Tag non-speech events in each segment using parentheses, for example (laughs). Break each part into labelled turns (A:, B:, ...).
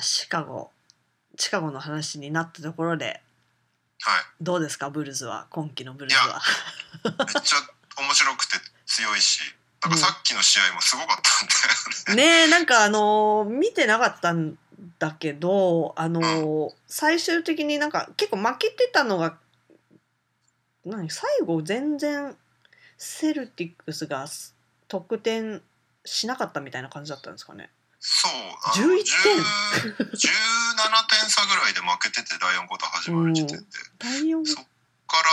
A: シカゴシカゴの話になったところで
B: はい
A: どうですかブルズは今季のブルズは。
B: めっちゃ面白くて強いしなんかさっきの試合もすごかったんだよね。
A: ねえなんかあのー見てなかったんだけどあのー最終的になんか結構負けてたのが何最後全然セルティックスがす得点しなかったみたいな感じだったんですかね。
B: そうあの
A: 11点
B: 10 17点差ぐらいで負けてて第4クォーター始まる時点で、
A: 第4
B: そっから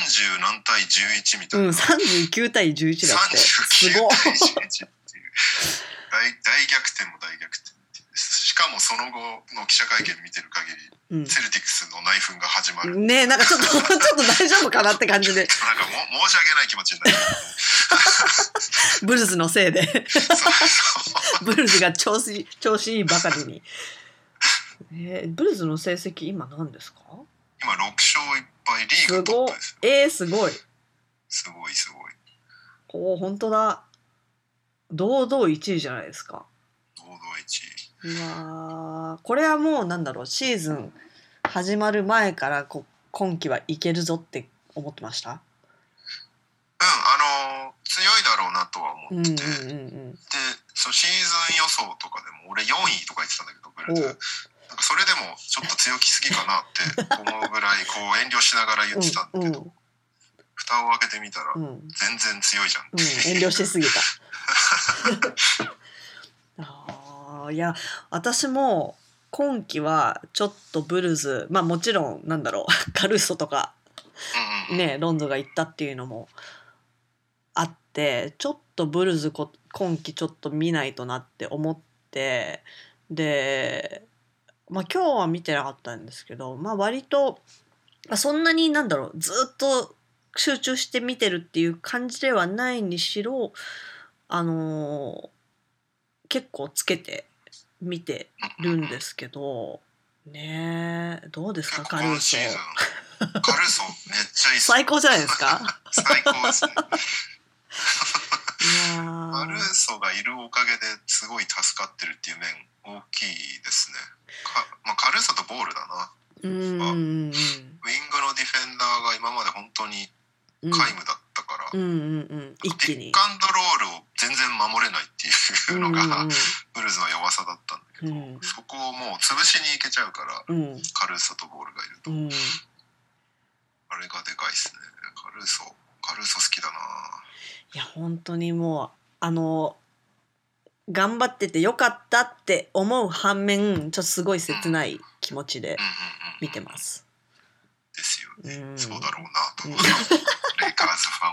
B: 30何対11みた
A: う
B: い
A: ん
B: な、
A: 39対11だってす
B: 39
A: ごい
B: 対11っていう大大逆転も大逆転っていうしかもその後の記者会見見てる限り、セルティクスの内紛が始まる、
A: うんねえなんかちょっと (laughs) ちょっと大丈夫かなって感じ
B: なん
A: で
B: かも申し訳ない気持ちになる
A: ブルズのせいで (laughs)
B: そうそう
A: ブルズが調子調子いいばかりに、えーブルズの成績今何ですか
B: 今6勝1敗リー
A: す
B: グト
A: ご
B: ッ
A: い
B: プです
A: えー、すごい
B: すごいすごい
A: おお本当だ堂々1位じゃないですか
B: 堂々1位
A: うわーこれはもうなんだろうシーズン始まる前からこ今季はいけるぞって思ってました
B: うんあの強いだろうなとは思
A: うん
B: っ
A: うんう
B: てて、
A: んうん
B: でそうシーズン予想とかでも俺4位とか言ってたんだけどブルー
A: お
B: ズ
A: う
B: なんかそれでもちょっと強気すぎかなって思うぐらいこう遠慮しながら言ってたんだ
A: う
B: け
A: んう
B: ど、
A: ん
B: 蓋を開けてみたら
A: うんうん
B: 全然強いじゃんっていう、
A: 遠慮しすぎたあーいや私も今季はちょっとブルーズまあもちろんなんだろう (laughs) カルーソとか
B: うんうんうん
A: ねロンゾが行ったっていうのもあってちょっとブルーズこ今季ちょっと見ないとなって思ってで、まあ、今日は見てなかったんですけど、まあ、割と、まあ、そんなになんだろうずっと集中して見てるっていう感じではないにしろあのー結構つけて見てるんですけどねえどうです
B: 結構
A: かカルー
B: 今シ
A: ソ
B: ーズンカルーソめっちゃいいっす
A: 最高じゃないですか
B: 最高ですね
A: いや
B: カ
A: ー
B: ルーソがいるおかげですごい助かってるっていう面大きいですねか、まあ、カルーソとボールだな
A: うんうんうん
B: ウィングのディフェンダーが今まで本当に
A: うん
B: 皆無だったから、
A: うんうんうん一気に
B: ピックアンドロールを全然守れないっていうのが、
A: うん
B: ブルーズの弱さだったんだけど、
A: うん
B: そこをもう潰しに行けちゃうから
A: うんうん
B: カルーソとボールがいると、
A: うん
B: あれがでかいですねカルーソカルーソ好きだない
A: や本当にもうあの頑張っててよかったって思う反面ちょっとすごい切ない気持ちで
B: うんうんうん
A: 見てます。
B: ですよね、
A: うん
B: そうだろうなと、
A: うん
B: レイカーズファ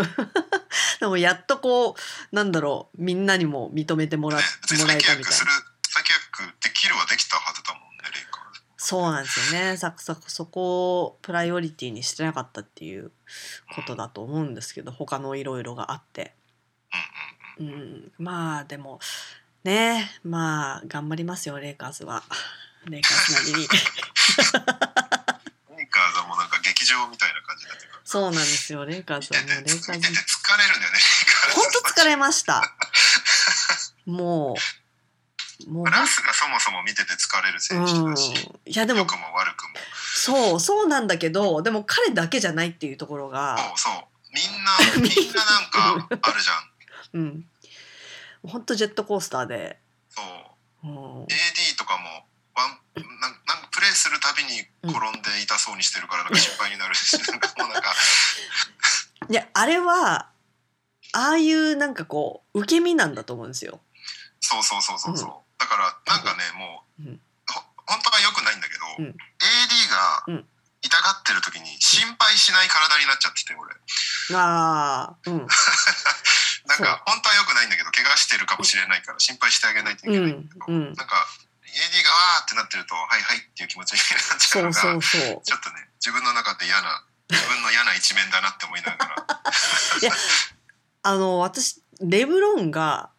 B: ンは
A: うん (laughs) でもやっとこうなんだろうみんなにも認めてもら
B: ね別に
A: もら
B: 再
A: え
B: 契
A: たみ
B: 約
A: たい
B: す
A: な
B: る再契約できるはできたはずだもんねレイカーズ
A: そうなんですよねさそそこをプライオリティにしてなかったっていうことだと思うんですけど他のいろいろがあって、うん、まあでもねまあ頑張りますよレイカーズは (laughs) レイカーズなりに
B: レイカーズはもうなんか劇場みたいな感じになってくる
A: そうなんですよレイカーズはもうレイカー
B: 見
A: ズ
B: てて疲れるんだよねレイカーズ
A: 本当疲れましたもうもう
B: ラスがそもそも見てて疲れる選手
A: うん
B: だし、
A: いやで
B: 良
A: も
B: くも悪くも
A: そうそうなんだけどでも彼だけじゃないっていうところが
B: そうそうみんなみんななんかあるじゃん
A: うん本当ジェットコースターで、
B: そう
A: うん、
B: AD とかもワンなんなんかプレーするたびに転んで痛そうにしてるからなんか心配になるし、なんかもうなんか
A: いやあれはああいうなんかこう受け身なんだと思うんですよ。
B: そうそうそうそうそう、だからなんかねもう、
A: うん
B: ほ本当は良くないんだけど、
A: うん
B: AD が痛がってる時に心配しない体になっちゃってて俺
A: ああ、うん、
B: なんか本当は良くないんだけど怪我してるかもしれないから心配してあげないといけ
A: う
B: ないん
A: ん
B: だけど、、
A: うん、
B: なんか AD がわーってなってるとはいはいっていう気持ちになっちゃう
A: そ
B: の
A: う
B: が
A: そうそう。
B: ちょっとね自分の中で嫌な自分の嫌な一面だなって思いなが
A: (laughs)
B: ら
A: あの私レブロンが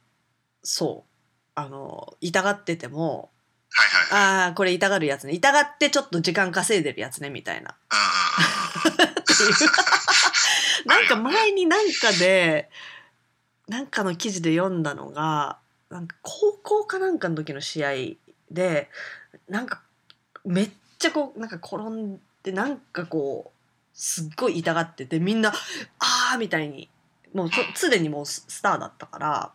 A: そうあの痛がってても、
B: はいはい。
A: ああこれ痛がるやつね、痛がってちょっと時間稼いでるやつねみたいな。
B: うんうんうんうん
A: っていうなんか前になんかでなんかの記事で読んだのがなんか高校かなんかの時の試合でなんかめっちゃこうなんか転んでなんかこうすっごい痛がっててみんな「あー」みたいにもうそすでにもうススターだったから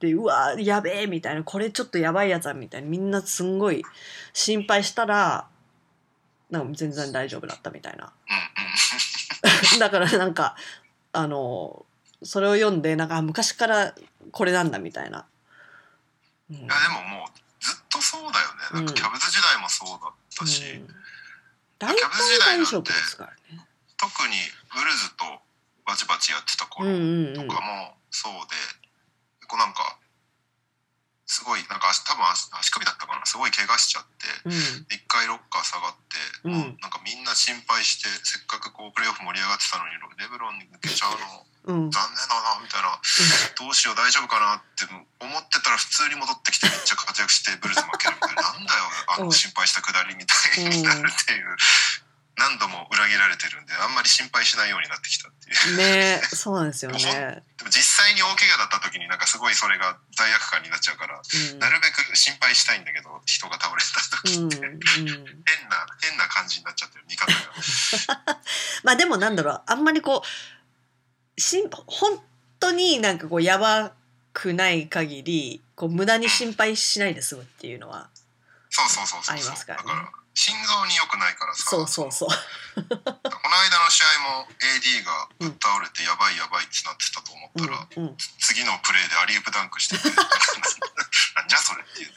A: でうわーやべえみたいなこれちょっとやばいやつだみたいなみんなすんごい心配したらなんか全然大丈夫だったみたいな (laughs) だからなんかあのそれを読んでなんかあ昔からこれなんだみたいな。うん
B: いやでももうずっとそうだよねなんかキャベツ時代もそうだったし、
A: うん、大体大丈夫ですからね。
B: 特にブルズとバチバチやってた
A: うん
B: 頃
A: うんう
B: と
A: ん。
B: かもそうで、こうなんかすごいなんか足多分足足首だったかなすごい怪我しちゃって
A: うん
B: 一回ロッカー下がって、
A: うん
B: もうなんかみんな心配してせっかくこうプレーオフ盛り上がってたのにレブロンに抜けちゃうの
A: う
B: 残念
A: ん、
B: だなみたいなどうしよう大丈夫かなって思ってたら普通に戻ってきてめっちゃ活躍してブルーズ負けるみたいななんだよあの
A: うん
B: 心配したくだりみたいになるっていう何度も裏切られてるんであんまり心配しないようになってきたっていう
A: ねそうな
B: (laughs)
A: んですよね。
B: でも実際に大怪我だった時になんかすごいそれが罪悪感になっちゃうから
A: うん
B: なるべく心配したいんだけど人が倒れた時っ
A: うんうん
B: て、変な変な感じになっちゃってる味方が
A: まあでもなんだろうあんまりこうしん本当になんかこうやばくない限りこう無駄に心配しないで済むっていうのは
B: そうそうそうそう
A: ありますからね
B: だから心臓に良くないからさ
A: そうそうそう。
B: この間の試合も AD がぶっ倒れてやばいやばいってなってたと思ったら、
A: うんうん、
B: 次のプレーでアリウープダンクしてて (laughs) なんじゃそれっていう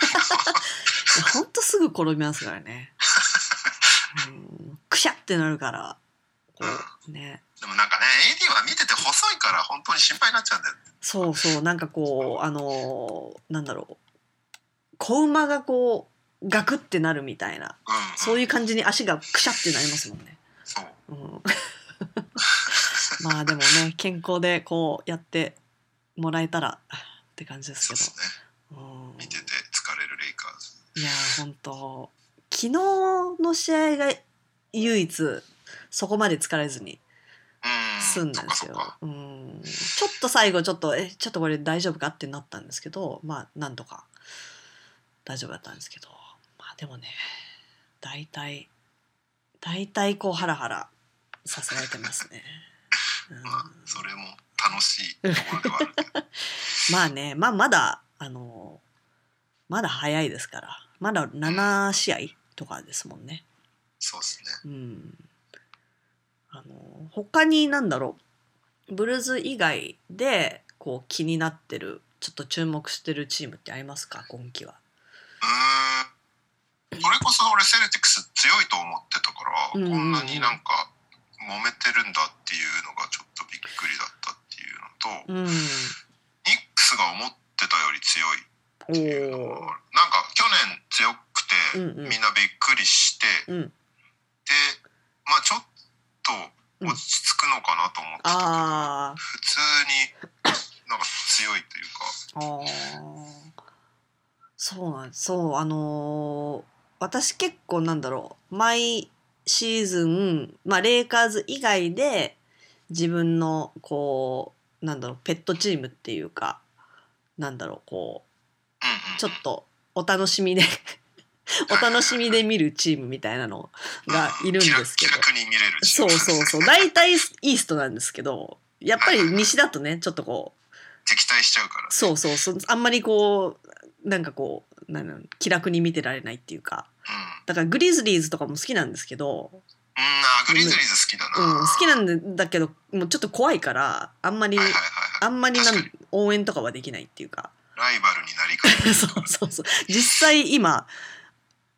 A: 本当すぐ転びますからね。うん、くしゃってなるからこうね。
B: でもなんかね AD は見てて細いから本当に心配になっちゃうんだよね
A: そうそうなんかこうあのーなんだろう子馬がこうガクってなるみたいな
B: うん、うん、
A: そういう感じに足がくしゃってなりますもんね。
B: そう
A: うん (laughs) まあでもね健康でこうやってもらえたらって感じです
B: そう
A: け
B: ですね
A: ど、うん、
B: 見てて疲れるレイカーズ
A: いやー本当昨日の試合が唯一そこまで疲れずに
B: うん
A: 済んだんですよ
B: そっか、
A: うん、ちょっと最後ちょっとえちょっとこれ大丈夫かってなったんですけどまあなんとか大丈夫だったんですけどまあでもね大体大体こうハラハラさせられてますね。うん
B: そっかまあそれも楽しいところではあるけ
A: (laughs)
B: ど
A: まあね、まあまだ、あのまだ早いですから、まだ7試合とかですもんね。
B: そうですね
A: うん。あの他になんだろう、ブルーズ以外で、こう気になってる、ちょっと注目してるチームってありますか、今季は。
B: うーんそれこそ俺セルティクス強いと思ってたから、
A: うんうん
B: こんなになんか揉めてるんだっていうのがちょっとびっくりだったっていうのと、
A: うん。
B: ニックスが思ってたより強い
A: お
B: なん
A: ー
B: か去年強くて、
A: うんうん
B: みんなびっくりして
A: うん。
B: でまあちょっと落ち着くのかなと思ってたけど、
A: あー
B: 普通になんか強いというか
A: あー。そうなんそう、あのー私結構なんだろう、毎シーズン、まあ、レイカーズ以外で自分の、こう、なんだろう、ペットチームっていうか、なんだろう、こ
B: うんうん
A: う、ちょっとお楽しみで、 (laughs) お楽しみで見るチームみたいなのがいるんですけど
B: 気。楽気楽に見れるチー
A: そう
B: ム
A: そうそう。大体イーストなんですけど、やっぱり西だとね、ちょっとこう、
B: 敵対しちゃうからう、
A: そうそうそうあんまりこうなんかこうなんなん気楽に見てられないっていうか
B: ん、
A: だからグリズリーズとかも好きなんですけど、
B: うんあグリズリーズ好きだな、
A: うん、好きなんだけどもうちょっと怖いからあんまり
B: はいはいはい
A: あ
B: はい
A: んまりなん
B: 確か
A: 応援とかはできないっていうか
B: ライバルになりかけ
A: (laughs) そうそうそう実際今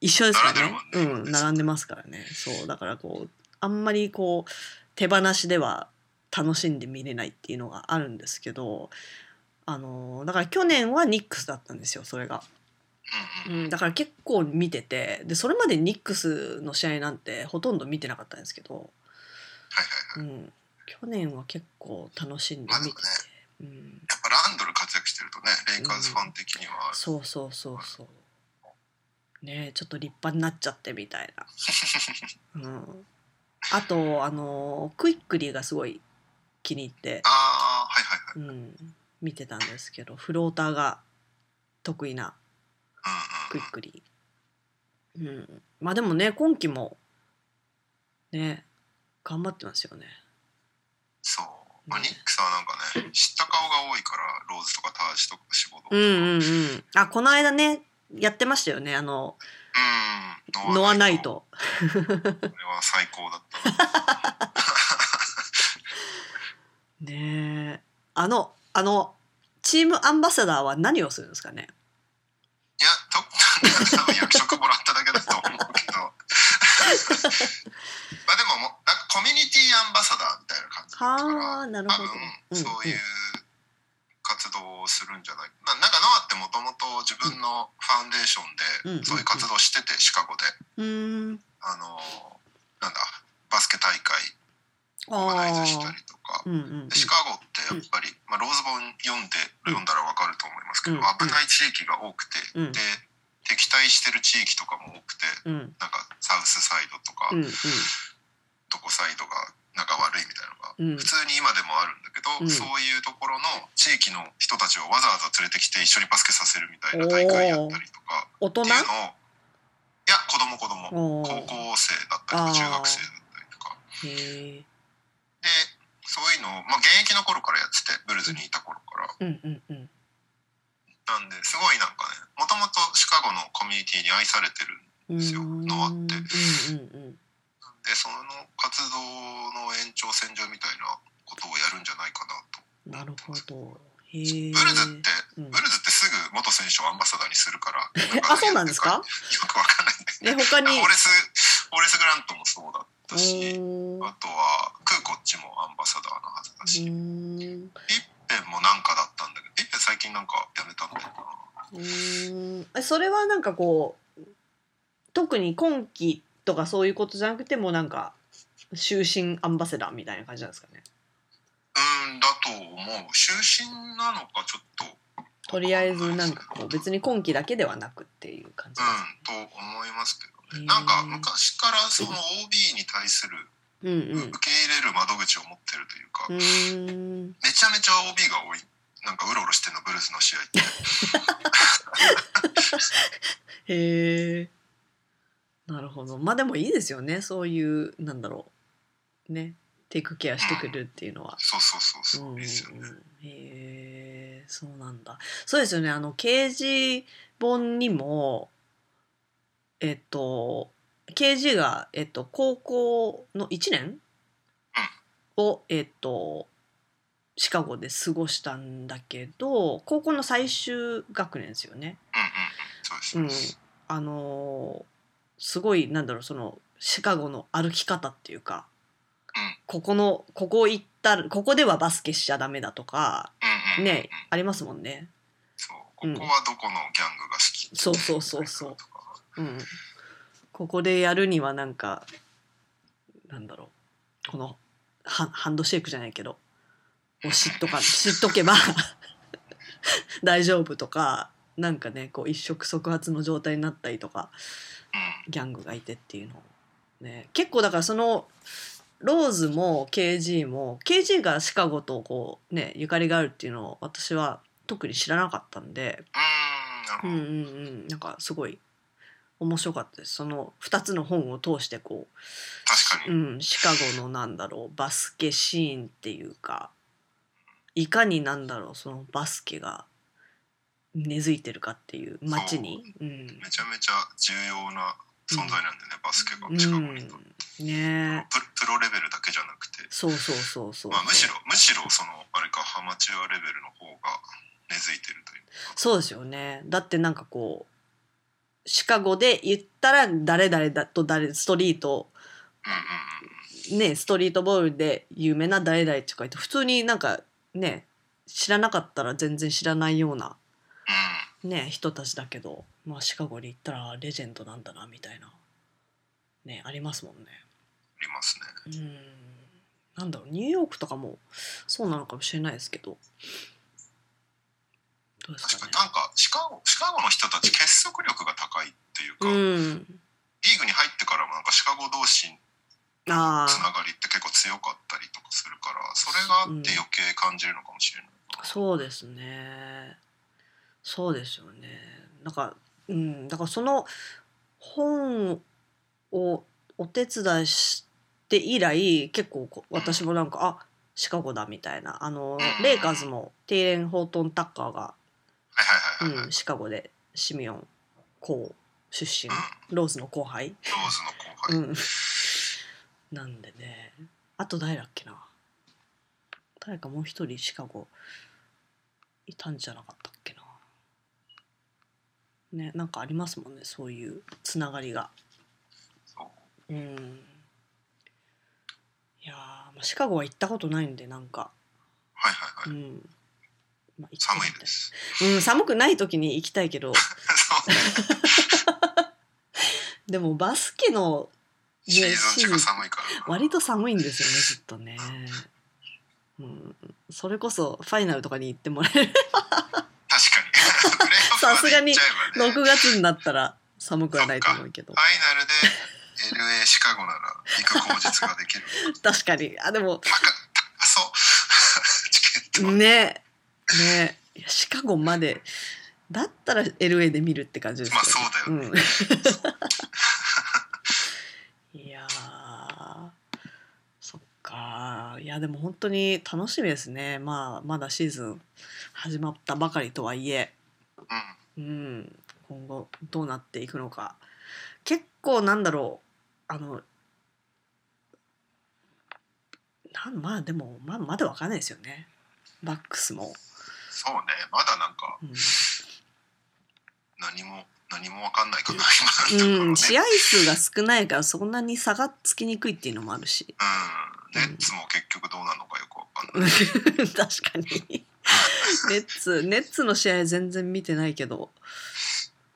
A: 一緒ですからね
B: 並んでるもんね
A: うん、並んでますからねそうだからこうあんまりこう手放しでは楽しんで見れないっていうのがあるんですけどあのだから去年はニックスだったんですよそれが。
B: うんうん
A: うん、だから結構見ててでそれまでニックスの試合なんてほとんど見てなかったんですけど、
B: はいはいはい
A: うん、去年は結構楽しんで見てて、うん、
B: やっぱランドル活躍してるとねレイカーズファン的には、
A: そうそうそうそうねえちょっと立派になっちゃってみたい (laughs) な、うん、あとあのクイックリーがすごい気に入って、
B: ああはいはいはい
A: うん、見てたんですけどフローターが得意な
B: うんうん
A: クイックリうん、まあでもね今期もね頑張ってますよね
B: そう。まあ、
A: ね
B: ニックスはなんかね、知った顔が多いから、ローズとかタージとか仕事とか。
A: うんうんうんあこの間ねやってましたよねあの
B: うん
A: 「ノアナイ。ト
B: これは最高だったな。」
A: ねえあのあのチームアンバサダーは何をするんですかね
B: いや、と (laughs) 多分役職もらっただけだと思うけど。 (laughs) まあでももう、なんかコミュニティアンバサダーみたいな感じだったから
A: は、あなる
B: 多
A: ほど
B: 分、そういう活動をするんじゃないななんかノアってもともと自分のファウンデーション
A: うん
B: で、そういう活動してて、シカゴで。
A: うんうん
B: あのーなんだ、バスケ大会オーガナイズした
A: あ
B: りとか
A: ー。うんうんうん
B: でシカゴってやっぱり、まあ、ローズ本読んで
A: うん
B: 読んだらわかると思いますけど、
A: うん
B: 危ない地域が多くて、
A: うん
B: で敵対してる地域とかも多くて
A: うん
B: なんかサウスサイドとか、
A: うんうん
B: どこサイドが仲悪いみたいなのが、
A: うん
B: 普通に今でもあるんだけど、
A: うん
B: そういうところの地域の人たちをわざわざ連れてきて一緒にバスケさせるみたいな大会やったりとか
A: 大人
B: っていうのをいや子供子供
A: お
B: 高
A: ー
B: 校生だったりとか中
A: あー
B: 学生だったりとか
A: へえ
B: でそういうのを、まあ、現役の頃からやっててブルズにいた頃から。
A: うんうんうん
B: なんですごいなんかねもともとシカゴのコミュニティに愛されてるん
A: うん
B: ですよノアって
A: うんうんうん
B: でその活動の延長線上みたいなことをやるんじゃないかなと、
A: なるほどへえ
B: ブルズって
A: うん
B: ブルズってすぐ元選手をアンバサダーにするからなんか
A: あそうなんですか
B: よくわかんないんだ
A: え
B: けど
A: 他に
B: ホレスホレス・グラントもそうだったし
A: おー
B: あとはクーコッチもアンバサダーのはずだ
A: う
B: し、
A: ーん
B: ピッペンもなんかだったんだけどピッペン最近なんかやめたんだよな
A: うーんえそれはなんかこう特に今期とかそういうことじゃなくてもうなんか終身アンバサダーみたいな感じなんですかね
B: うんだと思う終身なのかちょっと
A: とりあえずなんかこう別に今期だけではなくっていう感じ
B: うん、と思いますけど
A: へー
B: ね。なんか昔からその OB に対する
A: うんう
B: 受
A: ん
B: け入れる窓口を持ってるというか、
A: うーん
B: めちゃめちゃ OB が多い。なんかうろうろしてんのブルースの試合って。
A: へえなるほどまあでもいいですよねそういうなんだろうねテイクケアしてくれるっていうのは
B: そうそうそう
A: う
B: そ
A: んう
B: う。
A: ん
B: いいですよね。
A: うんへえそうなんだそうですよねあの刑事本にもえっと刑事が、えっと、高校の1年を、えっとシカゴで過ごしたんだけど高校の最終学年ですよね。
B: うんうんうん。そうですそうん
A: う
B: です。
A: あのーすごいなんだろうそのシカゴの歩き方っていうか、
B: うん
A: ここのここ行ったらここではバスケしちゃダメだとか
B: うんうんうん。
A: ねありますもんね。
B: そう。ここはどこのギャングが好き。
A: そうそうそうそう
B: とか
A: うん、ここでやるにはなんかなんだろうこのハハンドシェイクじゃないけどを知っとか知っとけば (laughs) 大丈夫とかなんかねこう一触即発の状態になったりとか
B: うん
A: ギャングがいてっていうのをね結構だからそのローズも KG も KG がシカゴとこうねゆかりがあるっていうのを私は特に知らなかったんでうん
B: う。
A: うん
B: なるほど。
A: んうんなんかすごい面白かったですその2つの本を通してこ
B: 確か
A: う、
B: に。
A: うん、シカゴのなんだろうバスケシーンっていうかいかになんだろうそのバスケが根付いてるかっていう街に。う
B: め
A: ん
B: ちゃめちゃ重要な存在なんでね、バスケが
A: うん
B: シカゴにとって。
A: ねえ
B: ププロレベルだけじゃなくて。
A: そうそうそうそう、
B: まあ、むしろむしろそのあれかハマチュアレベルの方が根付いてるという
A: そうですよねだってなんかこうシカゴで言ったら誰々だと誰ストリート
B: うんうん
A: ねストリートボールで有名な誰々とか言って普通になんかね知らなかったら全然知らないような
B: うんうん
A: ね人たちだけど、まあ、シカゴに行ったらレジェンドなんだなみたいなねありますもんね。
B: ありますね
A: うんなんだろうニューヨークとかもそうなのかもしれないですけどどうです
B: 確
A: か
B: か
A: ね
B: に。なんかシカゴシカゴの人たち結束力が高いっていうか、
A: う
B: リー
A: ん、
B: グに入ってからもなんかシカゴ同士
A: あ
B: つ
A: あ
B: ながりって結構強かったりとかするからそれがあって余計感じるのかもしれない、
A: そうですね。そうですよね。なんか、うん、だからその本をお手伝いして以来結構こう私もなんかあシカゴだみたいなあのレイカーズもテイレン・ホートン・タッカーが、
B: はいはいはいはい。
A: うん、シカゴでシミオン校出身ローズの後輩、
B: ローズの後輩。
A: うん、なんでねあと誰だっけな誰かもう一人シカゴいたんじゃなかったっけなねなんかありますもんねそういうつながりが
B: そう
A: うんいやーまあシカゴは行ったことないんでなんか
B: はいはいは
A: う
B: い。
A: ん、まあ、行ってみ
B: 寒
A: た
B: い
A: (laughs)
B: です。
A: うん、寒くない時に行きたいけど
B: そうね
A: でもバスケの
B: シーズン中寒いからな。
A: 割と寒いんですよねずっとね、うん、それこそファイナルとかに行っても (laughs) らえる
B: 確かに。
A: (laughs)
B: プレーオフまで行っちゃえばね
A: 6月になったら寒くはないと思うけど
B: ファイナルで LA シカゴなら行く口実ができる。
A: 確かにあでも
B: 高高そう。チケット。
A: ねねいやシカゴまでだったら LA で見るって感じです
B: まあそうだよね。
A: うん (laughs) いやーそっかいやでも本当に楽しみですねまあまだシーズン始まったばかりとはいえ
B: うん。
A: うん、今後どうなっていくのか結構なんだろうあのなんまあでも、まあ、まだわかんないですよねバックスも、
B: そうね。まだなんか (laughs)
A: うん
B: 何も何もわかんないかな今のところ
A: う
B: ね。
A: ん、試合数が少ないからそんなに差がつきにくいっていうのもあるし (laughs)
B: うん、ネッツも結局どうなのかよくわかんない。
A: 確かにネッツネッツの試合全然見てないけど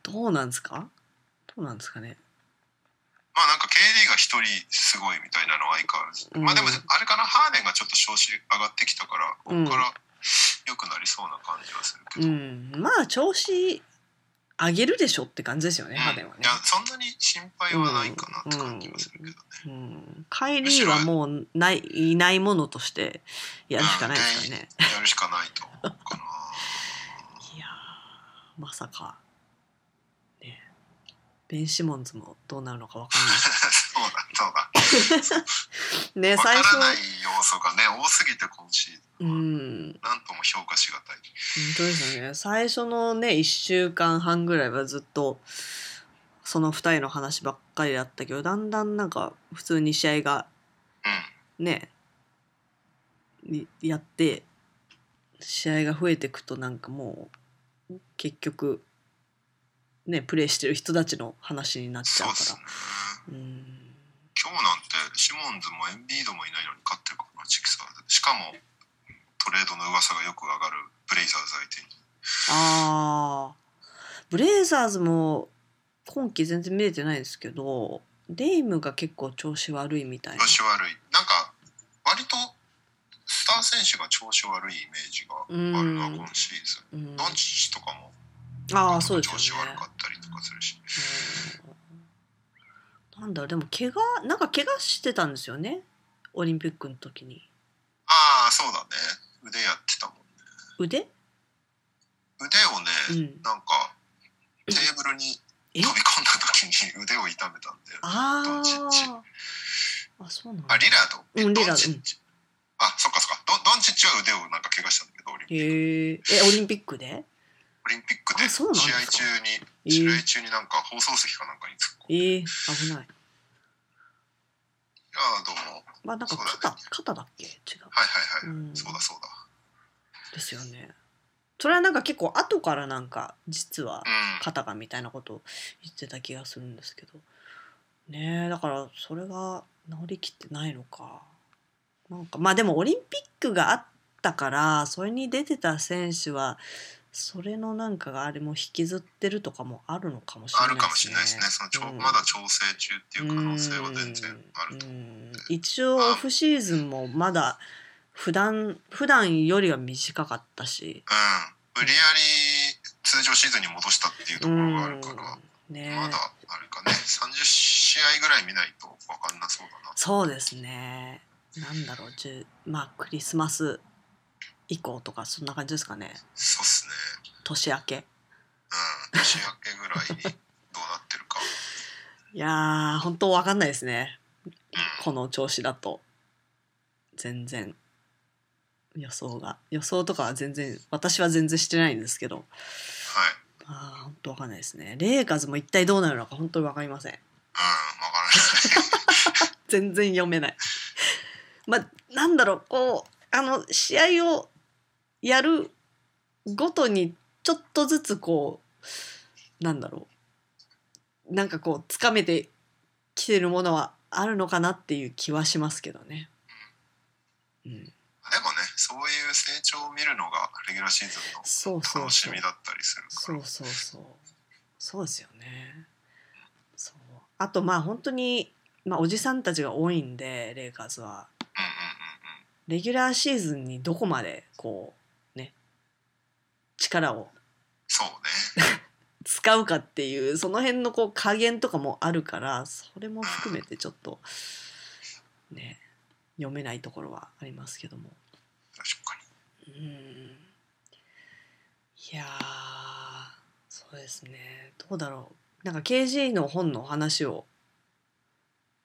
A: どうなんですかどうなんですかね
B: まあなんか KD が一人すごいみたいなのは相変わらず。
A: うん
B: まあでもあれかな、ハーデンがちょっと調子上がってきたから、ここから良くなりそうな感じはするけ
A: う
B: ど。
A: ん、まあ調子上げるでしょって感じですよね、ハーデンはね
B: いや。そんなに心配はないかなって感じはするけどね。
A: うん、カイリーはもうないいないものとしてやるしかないですよね。
B: やるしかないと思うかな。 (laughs)
A: いやーまさか、ね、ベン・シモンズもどうなるのかわかんな
B: そうだそうだ。
A: い。ね
B: わか
A: 最初
B: らない要素がね多すぎて今シーズ
A: う
B: ンは。
A: ん
B: なんとも評価しがたい。
A: 本当ですよね最初のね1週間半ぐらいはずっとその2人の話ばっかりだったけどだんだんなんか普通に試合が
B: うん。
A: ねにやって試合が増えていくとなんかもう結局ねプレーしてる人たちの話になっち
B: そ
A: ゃ
B: う
A: う
B: で
A: か
B: すね。
A: らうん
B: 今日なんてシモンズもエンビードもいないのに勝ってるからなチキサーズしかもトレードの噂がよく上がるブレイザーズ相手に
A: あーブレイザーズも今季全然見れてないですけどデイムが結構調子悪いみたいな
B: 調。子悪いなんか割とスター選手が調子悪いイメージがあるな
A: うん
B: 今シーズン
A: うん、
B: ドンチッチとかも
A: あ
B: な
A: あ
B: ん
A: そ
B: か
A: うで
B: 調
A: す
B: 子
A: よね
B: 悪。かったりとかするし
A: うんなんだろうでも怪我なんか怪我してたんですよねオリンピックの時に
B: ああそうだね腕やってたもんね
A: 腕
B: 腕を
A: う
B: ね、
A: ん
B: なんかテーブルに
A: え
B: 飛び込んだ時に
A: (laughs)
B: 腕を痛めたんだよねド
A: あ
B: ンチッチ
A: ああそうなんだ
B: あリラードえ
A: うんリラ
B: ドン
A: ード
B: チッチあそっかそっかドンドンチッチは腕をなんか怪我したんだけどオリンピック
A: へええオリンピックで
B: オリンピックで
A: あ
B: 試
A: そ
B: 合
A: うなんですか
B: 中に、
A: え
B: 試
A: ー
B: 合中になんか放送席かなんかに突っ込んで、
A: えー、危ない
B: いやーどうも
A: まあなんか
B: そうだね
A: 肩肩だっけ違う
B: はいはいはい、
A: うん
B: そうだそうだ
A: ですよねそれはなんか結構後からなんか実は
B: うん
A: 肩がみたいなことを言ってた気がするんですけどねえだからそれが治りきってないのかなんかまあでもオリンピックがあったからそれに出てた選手はそれのなんかがあれも引きずってるとかもあるのかもしれ
B: あ
A: ない
B: るかもしれないですねそのちょ、
A: うん
B: まだ調整中っていう可能性は全然あると、
A: うんうん一応オフシーズンもまだ普段普段よりは短かったし
B: うん無理やり通常シーズンに戻したっていうところがあるから、
A: うんねえ
B: まだあれかね30試合ぐらい見ないと分かんなそうだな
A: そうですね。なんだろう、じゅまあクリスマス以降とかそんな感じですかね。
B: そうっすね
A: 年明け。
B: うん年明けぐらいにどうなってるか (laughs)
A: いやー、本当わかんないですね。この調子だと。全然。予想が。予想とかは全然、私は全然してないんですけど。
B: はい。
A: あー、本当わかんないですね。レイカーズも一体どうなるのか本当にわかりません。
B: うん、わからない (laughs) ですね。
A: 全然読めない。 (laughs) まあ、なんだろう、こう、あの、試合をやるごとに、ちょっとずつこう、なんだろう、なんかこう、つかめてきてるものはあるのかなっていう気はしますけどね。う
B: で
A: ん、
B: もね、そういう成長を見るのがレギュラーシーズンの
A: そうそう
B: 楽し
A: そう
B: み。だったりするか
A: そ
B: ら。
A: うそうそう。そうですよね。そう。あと、まあ、本当に、まあ、おじさんたちが多いんで、レイカーズは。
B: うんうん
A: レギュラーシーズンにどこまでこうね力を
B: そうね。
A: 使うかっていうその辺のこう加減とかもあるからそれも含めてちょっとね読めないところはありますけども
B: 確かに。
A: うんいやーそうですねどうだろうなんか KG の本の話を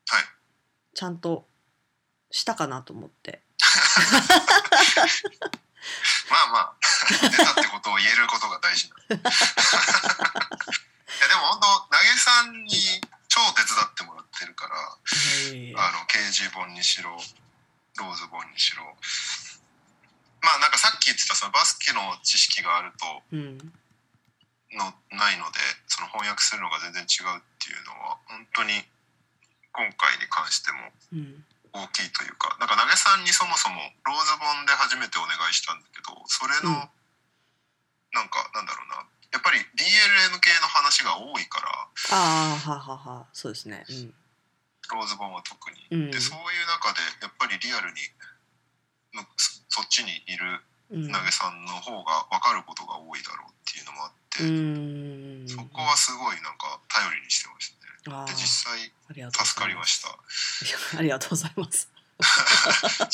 B: はい
A: ちゃんとしたかなと思って
B: まあ (laughs) まあ、出たってことを言えることが大事 (laughs) なんでいや、でも本当、投げさんに超手伝ってもらってるから、あの、KG 本にしろ、ローズ本にしろ。まあなんかさっき言ってたそのバスケの知識があると
A: うん
B: のないのでその翻訳するのが全然違うっていうのは本当に今回に関しても
A: うん
B: 大きいというかなんか投げさんにそもそもローズ本で初めてお願いしたんだけどそれの、
A: うん
B: なんかなんだろうなやっぱり DLM 系の話が多いから
A: ああはははそうですねうん
B: ローズ本は特に。
A: うん
B: でそういう中でやっぱりリアルにむそそっちにいる
A: うん
B: 投げさんの方が分かることが多いだろうっていうのもあって、
A: うん
B: そこはすごいなんか頼りにしてましたね。
A: あ
B: で
A: ー
B: 実際
A: ありがとう
B: 助かりま
A: し
B: した。
A: た。ありがとうござい
B: (laughs)
A: ま
B: ち
A: す。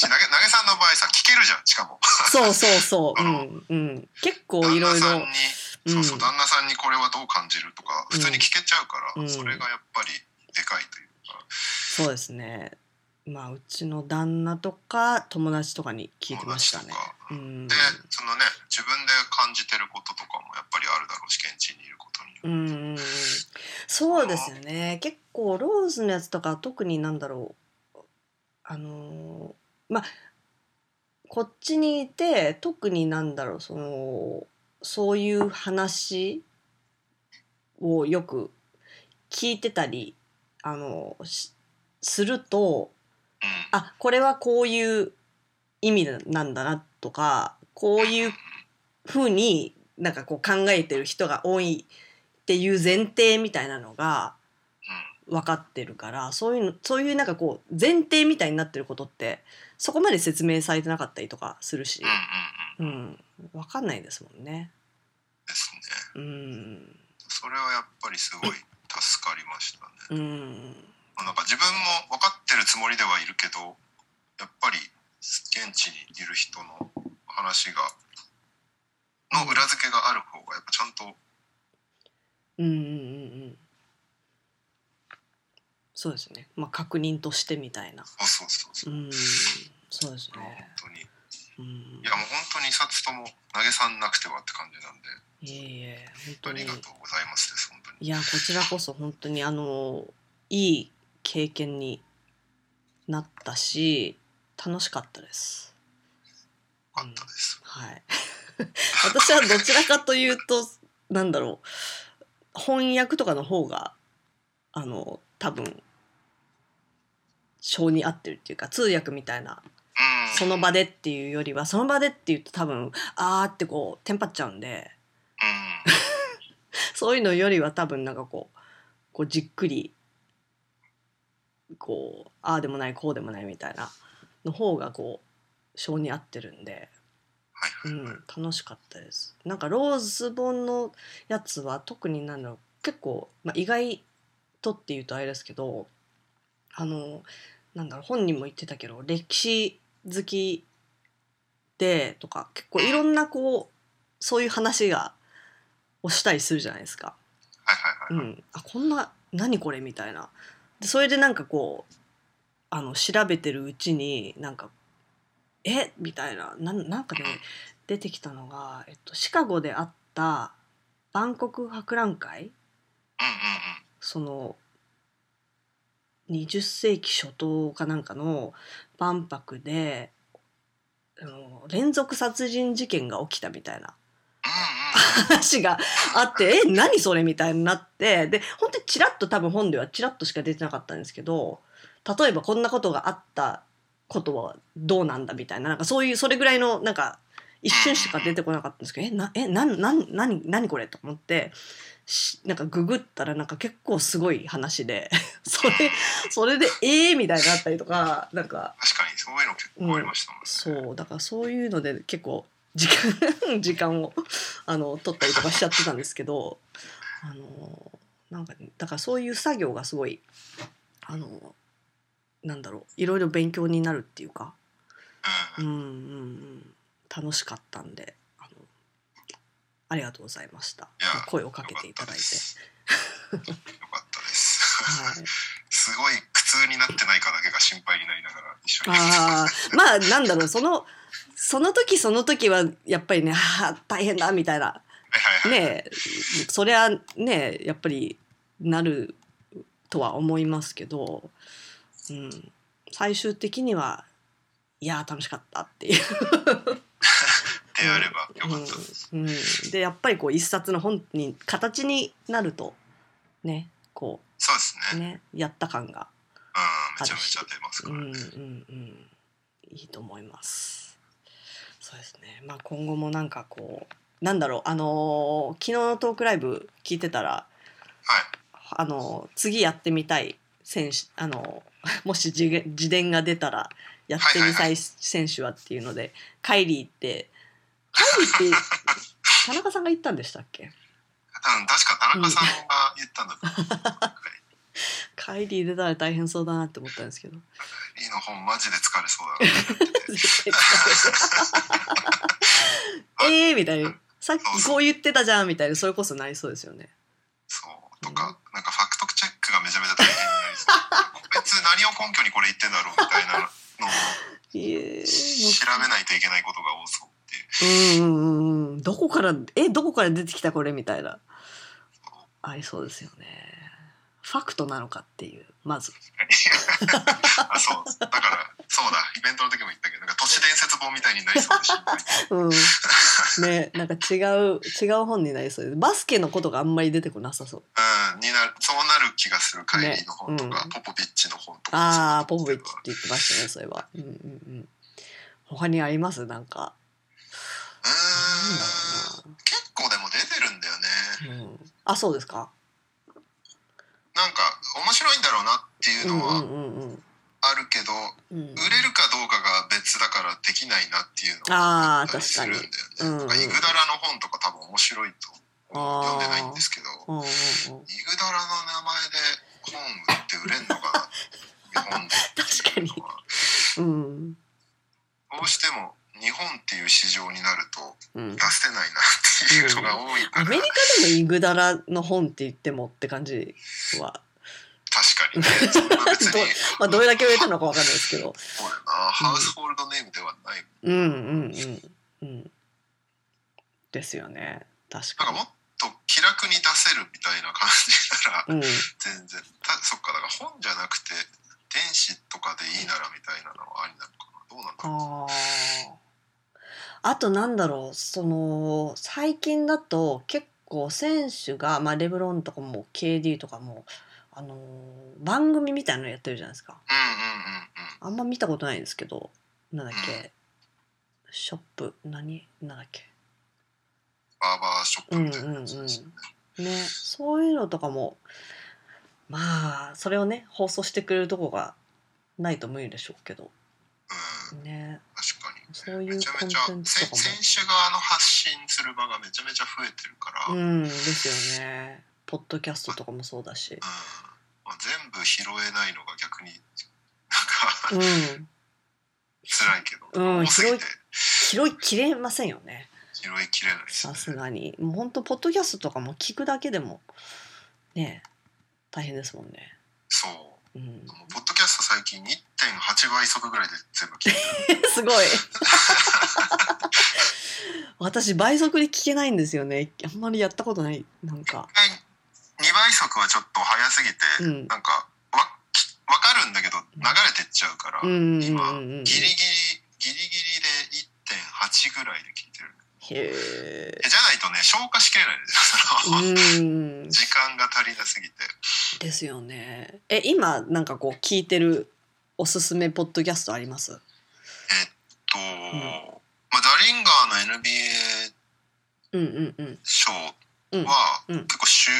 B: なげなげさんの場合さ聞けるじゃんしかも
A: そうそうそう、うんうん、結構いろいろ
B: 旦那さん、に、そうそう
A: うん
B: 旦那さんにこれはどう感じるとか普通に聞けちゃうから、
A: うん
B: それがやっぱりでかいというか、
A: そうですね。まあうちの旦那とか友達とかに聞いてましたね
B: 友達と。
A: うん
B: で、そのね自分で感じてることとかもやっぱりあるだろうし現地にいることによ
A: う
B: る、
A: んうんうん、そうですよね。結構ローズのやつとか特になんだろう。あのーまあこっちにいて特になんだろうそのそういう話をよく聞いてたりあのしすると
B: うん
A: あこれはこういう意味なんだなとかこういうふうになんかこう考えてる人が多いっていう前提みたいなのが分かってるからそういうのそういうなんかこう前提みたいになってることってそこまで説明されてなかったりとかするし
B: うん、うん
A: う
B: うんうん
A: ん、分かんないですもんね。
B: ですね
A: うん、
B: それはやっぱりすごい助かりましたね
A: うん、
B: なんか自分も分かってるつもりではいるけどやっぱり現地にいる人の話がの裏付けがある方がやっぱちゃんと
A: うんうんうんうんそうですね、まあ、確認としてみたいな。
B: そうそうそうそうう、
A: ん、そうですね。
B: 本当にい
A: うん
B: やもう本当に2冊とも投げさんなくてはって感じなんで
A: いえいえ、
B: あ
A: 本当に。
B: りがとうございますです本当に
A: いや、こちらこそ本当にあの、いい経験になったし、楽しかったです。
B: よかったです、
A: はい。 (laughs) 私はどちらかというと、なんだろう、翻訳とかの方が、あの、多分、性に合ってるっていうか、通訳みたいな
B: うん
A: その場でっていうよりはその場でって言うと多分あーってこうテンパっちゃうんで
B: うん
A: そういうのよりは多分なんかこうこうじっくりこうああでもないこうでもないみたいなの方がこう性に合ってるんで、
B: はい
A: うん、楽しかったです。なんかローズ本のやつは特になんだろう結構、まあ、意外とっていうとあれですけどあのなんだろう本人も言ってたけど歴史好きでとか結構いろんなこうそういう話がをしたりするじゃないですか。
B: はいはいはいはい、
A: うん、あこんな何これみたいなでそれでなんかこうあの調べてるうちになんか「えみたいななんなんかね出てきたのが、えっと、シカゴであった万国博覧会
B: うんうんうん。
A: その20世紀初頭かなんかの万博であの連続殺人事件が起きたみたいな
B: う
A: 話があって「え何それ?」みたいになってで本当にちらっと多分本ではちらっとしか出てなかったんですけど例えばこんなことがあったことはどうなんだみたいななんかそういうそれぐらいのなんか一瞬しか出てこなかったんですけど「えなえなんなん何何これ?」と思ってしなんかググったらなんか結構すごい話で (laughs) それ
B: んうんうん。
A: それで「えー?」みたいになったりとかなんか
B: 確かにそういうの結構ありましたもんね。
A: そうだからそういうので結構時間 (laughs) 時間をあの取ったりとかしちゃってたんですけどあのなんかねだからそういう作業がすごいあのなんだろういろいろ勉強になるっていうか、
B: う
A: う
B: んん。
A: うんうん、楽しかったんであのありがとうございました
B: いや
A: 声をかけていただいて。
B: よかったです。
A: はい、
B: すごい苦痛になってないかだけが心配になりながら一緒に。
A: あーまあなんだろうそのその時その時はやっぱりねあー大変だみたいな
B: は
A: (laughs)
B: いはいはい。
A: ねえそりゃねえやっぱりなるとは思いますけど、うん、最終的にはいやー楽しかったっていう、
B: であればよかったです。
A: うん、 (laughs) でやっぱりこう一冊の本に形になるとねこ
B: そうです
A: う
B: ね。
A: ねやった感が、
B: うん、めちゃめちゃ出ます
A: う
B: から
A: んうん
B: ね。
A: うん、いいと思います。そうですね、まあ、今後もなんかこうなんだろうあのー昨日のトークライブ聞いてたら
B: はい。
A: あの次やってみたい選手あの (laughs) もし自げ自伝が出たらやってみたい選手はっていうので、カイリーってカイ
B: (laughs)
A: リーって田中さんが言ったんでしたっけ
B: うん、確か田中さんが言ったんだと思う。
A: カイリー出たら大変そうだなって思ったんですけど
B: いいの本マジで疲れそうだな。
A: 絶対疲れる (laughs) えーみたいなさっきこう言ってたじゃんみたいなそれこそなりそうですよね。
B: そうとか、なんかファクトチェックがめちゃめちゃ大変になりそう。こいつ何を根拠にこれ言ってんだろうみたいなのを
A: え
B: 調べないといけないことが多そうっていう。
A: ー、もううんうんうんうんどこからえどこから出てきたこれみたいなありそうですよね。ファクトなのかっていうまず
B: あそうだからそうだイベントの時も言ったけどなんか都市伝説本みたいになりそうでしょ
A: うん、ねなんか違う違う本になりそうですバスケのことがあんまり出てこなさそう
B: うんになるそうなる気がする会議の本とか、
A: ね
B: ポポビッチの本とか
A: ああポポビッチって言ってましたねそういえばうんうんうん他にありますなんか
B: うーん結構でも出てるんだよね
A: なんだろうな、うん、あそうですか
B: なんか面白いんだろうなっていううの
A: んう
B: は
A: んうんうん
B: あるけど、
A: うん
B: 売れるかどうかが別だからできないなっていうのが
A: ああ
B: ったり
A: 確
B: す
A: か
B: るん
A: に
B: だよね
A: うんうん
B: なんかイグダラの本とか多分面白いと
A: あ
B: 読んでないん
A: あ
B: ですけど
A: うんうんう
B: イ
A: ん
B: グダラの名前で本売って売れんのかな日本でっていうのは
A: うん
B: どうしても日本っていう市場になると
A: うん
B: 出せないなっていうのが多いか
A: ア
B: ら、
A: メリカでもイグダラの本って言ってもって感じは、
B: 確かにねそんな別に
A: まあ、 (laughs) どれだけ売れたのかわかんないですけど
B: そうやなハウスホールドネームではない
A: うんうんうんうんですよね確
B: なんか
A: かに
B: もっと気楽に出せるみたいな感じなら
A: うん
B: 全然たそっかだから本じゃなくて電子とかでいいならみたいなのはありなのかなどうなんだろう
A: あーあとなんだろうその最近だと結構選手が、まあ、レブロンとかも KD とかも、あのー番組みたいなのやってるじゃないですか
B: うんうんうんうん
A: あんま見たことないんですけどなんだっけショップ何なんだっけ
B: バーバーショップみたいなやつですよね、
A: ねそういうのとかもまあそれをね放送してくれるとこがないと無理でしょうけど
B: うん
A: ね
B: 確かに
A: そういう
B: めちゃ
A: コ
B: め
A: ン
B: ちゃ
A: テンツ
B: 選
A: とかも。
B: 手側の発信する場がめちゃめちゃ増えてるから、
A: うんですよねポッドキャストとかもそう
B: (laughs)
A: だし
B: うんまあ、全部拾えないのが逆に
A: (laughs)
B: なんか
A: うん
B: 辛いけど、
A: うん
B: 多すぎて
A: 拾いきれませんよね
B: 拾いきれないです
A: さ
B: ね
A: すがにもうほんとポッドキャストとかも聞くだけでもね大変ですもんね。
B: そう
A: うん、
B: もうポッドキャスト最近1.8倍速ぐらいで全部聞いてる
A: すごい。 (laughs) 私倍速で聞けないんですよね。あんまりやったことない。なんか。
B: 2倍速はちょっと早すぎて、
A: うん
B: なんかわきわかるんだけど流れてっちゃうから、
A: うんうんうん
B: 今
A: うんうん。
B: ギリギリギリギリで1.8ぐらいで聞いてる
A: へえ。
B: えじゃないとね消化しきれないんですよその
A: うん。
B: 時間が足りなすぎて
A: ですよね。え、今なんかこう聞いてるおすすめポッドキャストあります？
B: と、まあ、ザリンガーの NBA
A: うんうんうん。
B: 賞
A: うん
B: は、
A: うん
B: 結構週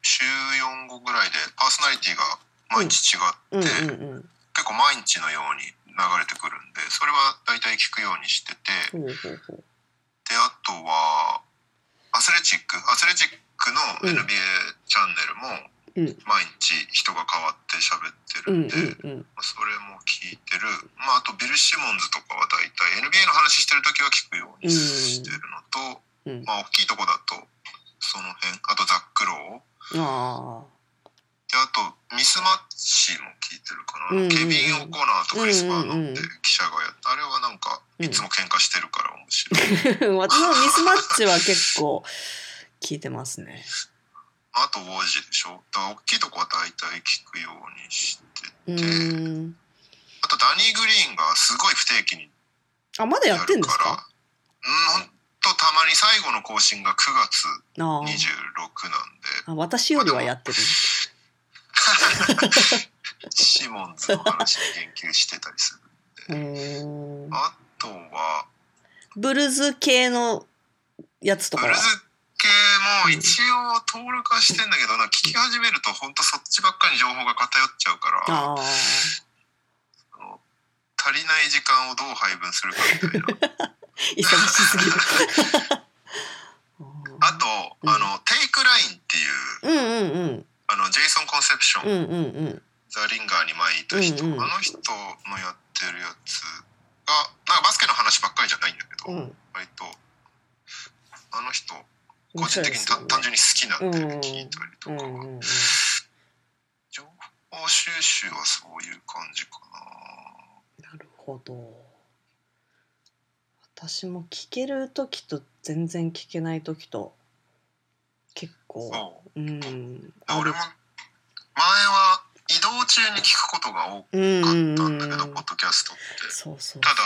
B: 週4後ぐらいでパーソナリティが毎日違って、
A: うんうん
B: 結構毎日のように流れてくるんでそれは大体聞くようにしてて
A: うん。ほうほうほう。
B: であとはアスレチックアスレチックの
A: うん
B: NBA チャンネルも
A: うん
B: 毎日人が変わって喋って
A: う
B: る
A: ん
B: んで、
A: うんうん。
B: まあそれも聞いてる、まあ、あとビル・シモンズとかは大体 NBA の話してる時は聞くようにしてるのと、
A: うん
B: まあ、大きいとこだとその辺あとザック・ロー
A: あ
B: であとミスマッチも聞いてるかな、
A: うんうんうん
B: ケビン・オコナーとクリス・バーノンって
A: うんうん
B: 記者がやったあれはなんか
A: うん
B: いつも喧嘩してるから面白い、
A: あ。私のミスマッチは結構聞いてますね。
B: あとウォージでしょだから大きいとこは大体聞くようにして
A: う
B: て、
A: ーん。
B: あとダニー・グリーンがすごい不定期に
A: あ、まだや
B: や
A: っ
B: るから
A: てんですか？
B: うんほんとたまに最後の更新が9月26な
A: あ
B: ん
A: ー
B: で
A: あ。私よりはやってる。
B: シモンズの話に言及してたりする
A: うーん。
B: あとは
A: ブルーズ系のやつと
B: ブ
A: か
B: ル
A: は
B: ズ。系も一応登録はしてんだけどなんか聞き始めると本当そっちばっかり情報が偏っちゃうから
A: ああ。
B: その足りない時間をどう配分するかみたいな
A: 忙しすぎる。
B: あと、
A: うん
B: あの「テイクライン」っていう
A: うんうんうん
B: あのジェイソン・コンセプション、
A: うんうんうん
B: ザ・リンガーに前いた人、
A: うんうん
B: あの人のやってるやつがなんかバスケの話ばっかりじゃないんだけど、
A: うん
B: 割とあの人個
A: 面
B: 人
A: 白い
B: 的
A: で
B: に
A: す
B: た
A: よね
B: 単純に好きなんで
A: うん
B: 聞いたりと
A: う
B: かは、
A: んうんうん
B: 情報収集はそういう感じかな
A: なるほど私も聞ける時と全然聞けない時と結構
B: そう
A: うんあ
B: 俺
A: る
B: も前は移動中に聞くことが多
A: うんうん
B: かったん
A: う
B: だ
A: ん
B: けど、ポッドキャストって
A: そうそうそう
B: ただ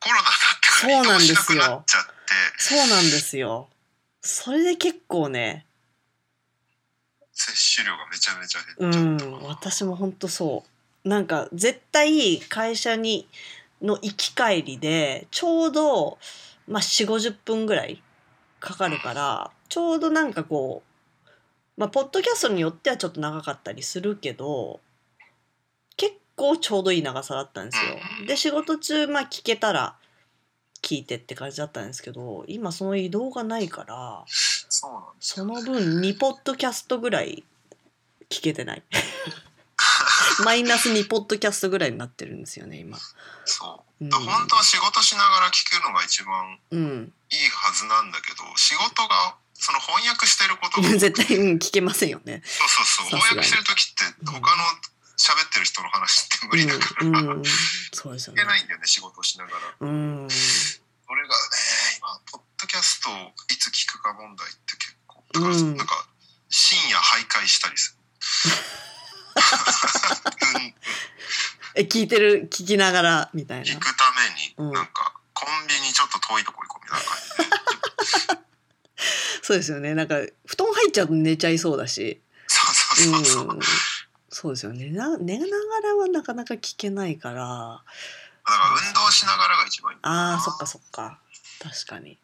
B: コロナになってから移動しなくなっちゃって
A: そうなんですよそれで結構ね
B: 摂取量がめちゃめちゃ減
A: う
B: っちゃっ
A: ん
B: た、
A: 私も本当そうなんか絶対会社にの行き帰りでちょうど、まあ、4 5 0分ぐらいかかるからちょうどなんかこう、まあ、ポッドキャストによってはちょっと長かったりするけど結構ちょうどいい長さだったんですよ。で仕事中まあ聞けたら聞いてって感じだったんですけど今その移動がないから
B: そうなんだ
A: その分2ポッドキャストぐらい聞けてないマイナス2ポッドキャストぐらいになってるんですよね今、
B: そう
A: うん
B: だから本当は仕事しながら聞くのが一番
A: うん、 (laughs)
B: いいはずなんだけど仕事がその翻訳してることが
A: 絶対、うん、聞けませんよね
B: そうそうそう
A: さす
B: 翻
A: がに
B: 訳してる時って他の喋ってる人の話って無理だから、
A: うん、う
B: 聞
A: ん、そうですよね
B: けないんだよね仕事をしながら
A: うん
B: それがね今ポッドキャストをいつ聞くか問題って結構だから、
A: うん
B: なんか深夜徘徊したりするうん
A: え聞いてる聞きながらみたい
B: 聞
A: な
B: くため
A: う
B: に
A: ん
B: なんかコンビニちょっと遠いとこ行こうみたいな感じで
A: そうですよねなんか布団入っちゃうと寝ちゃいそうだし
B: そうそうそうそう
A: うんそうですよねな寝ながらはなかなか聞けないから
B: だから運動しながらが一番いい
A: あーそっかそっか確かに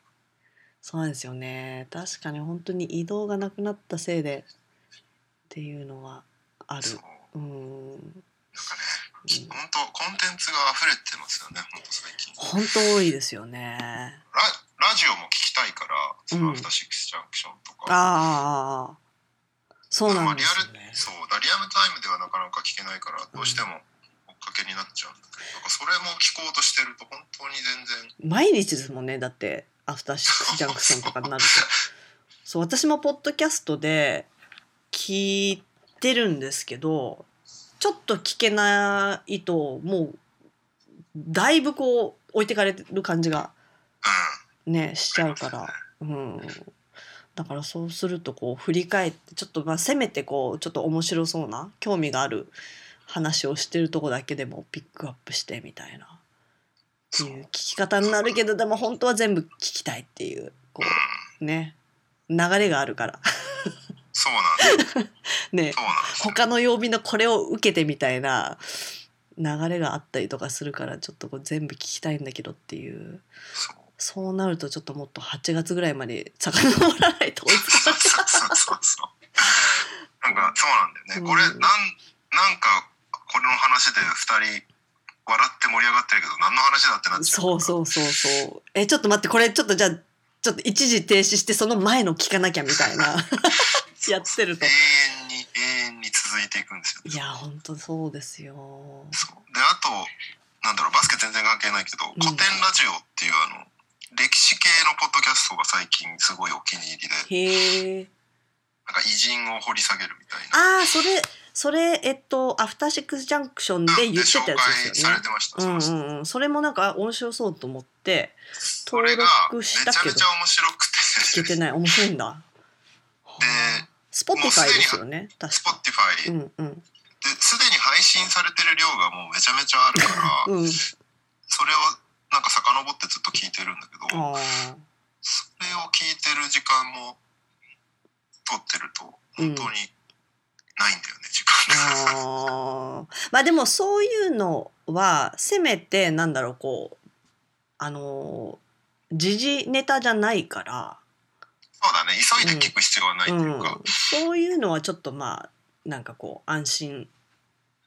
A: そうなんですよね確かに本当に移動がなくなったせいでっていうのはある
B: そう
A: うーん
B: なんかね本当コンテンツが溢れてますよね本当最近
A: 本当多いですよね
B: ララジオも聞きたいからそのアフターシックスジャンクションとか、
A: ああそうなんですよね
B: そうだリアルタイムではなかなか聞けないからどうしても追っかけになっちゃうんだけど、なんかそれも聞こうとしてると本当に全然
A: 毎日ですもんねだってアフターシックスジャンクションとかになるとそう私もポッドキャストで聞いってるんですけどちょっと聞けないともうだいぶこう置いてかれる感じがねしちゃうから、うん、だからそうするとこう振り返ってちょっとまあせめてこうちょっと面白そうな興味がある話をしてるとこだけでもピックアップしてみたいなって
B: そう
A: いうう聞き方になるけどでも本当は全部聞きたいっていうこうね流れがあるから (laughs)
B: そうなんです
A: ね
B: そうなんです
A: 他の曜日のこれを受けてみたいな流れがあったりとかするからちょっとこう全部聞きたいんだけどっていう
B: そう
A: そうなるとちょっともっと8月ぐらいまで遡らないと追いつか
B: そうそう
A: ない
B: そうそうなんかそうなんだよねこれ
A: う
B: なん
A: ん
B: なんかこれの話で2人笑って盛り上がってるけど何の話だって (laughs) なっちゃう
A: そうそうそうそうえちょっと待ってこれちょっとじゃあちょっと一時停止してその前の聞かなきゃみた
B: (laughs)
A: いなやってると
B: 永遠に永遠に続いていくんですよ
A: いやほんとそうですよ
B: そうであとなんだろうバスケ全然関係ないけど
A: ん
B: 古典ラジオっていうあの歴史系のポッドキャストが最近すごいお気に入りで
A: へえ
B: なんか偉人を掘り下げるみたいな
A: ああそれそれえっと「アフターシックス・ジャンクション」で言ってたやつで
B: 紹介
A: す
B: さ
A: よ
B: れ
A: ね
B: てました、
A: う
B: そ
A: ん
B: う
A: う
B: そうん
A: うんそれもなんか面白そうと思って
B: それが
A: 登録
B: め
A: し
B: ち
A: た
B: ゃ
A: け
B: め
A: ど
B: ちゃ面白く
A: 聞け
B: て
A: てない面白いんだスポティファイですよね確か
B: Spotify
A: うんうん
B: ですでに配信されてる量がもうめちゃめちゃあるから
A: うん
B: それをなんか遡ってずっと聞いてるんだけど
A: ああ
B: それを聞いてる時間も取ってると本当にないんだよね、時間が。
A: あーまあでもそういうのはせめてなんだろうこうあのー時事ネタじゃないか
B: そうだね急いで聞く必要はない
A: ら、
B: と
A: う
B: いうんか、、
A: そういうのはちょっとまあなんかこう安心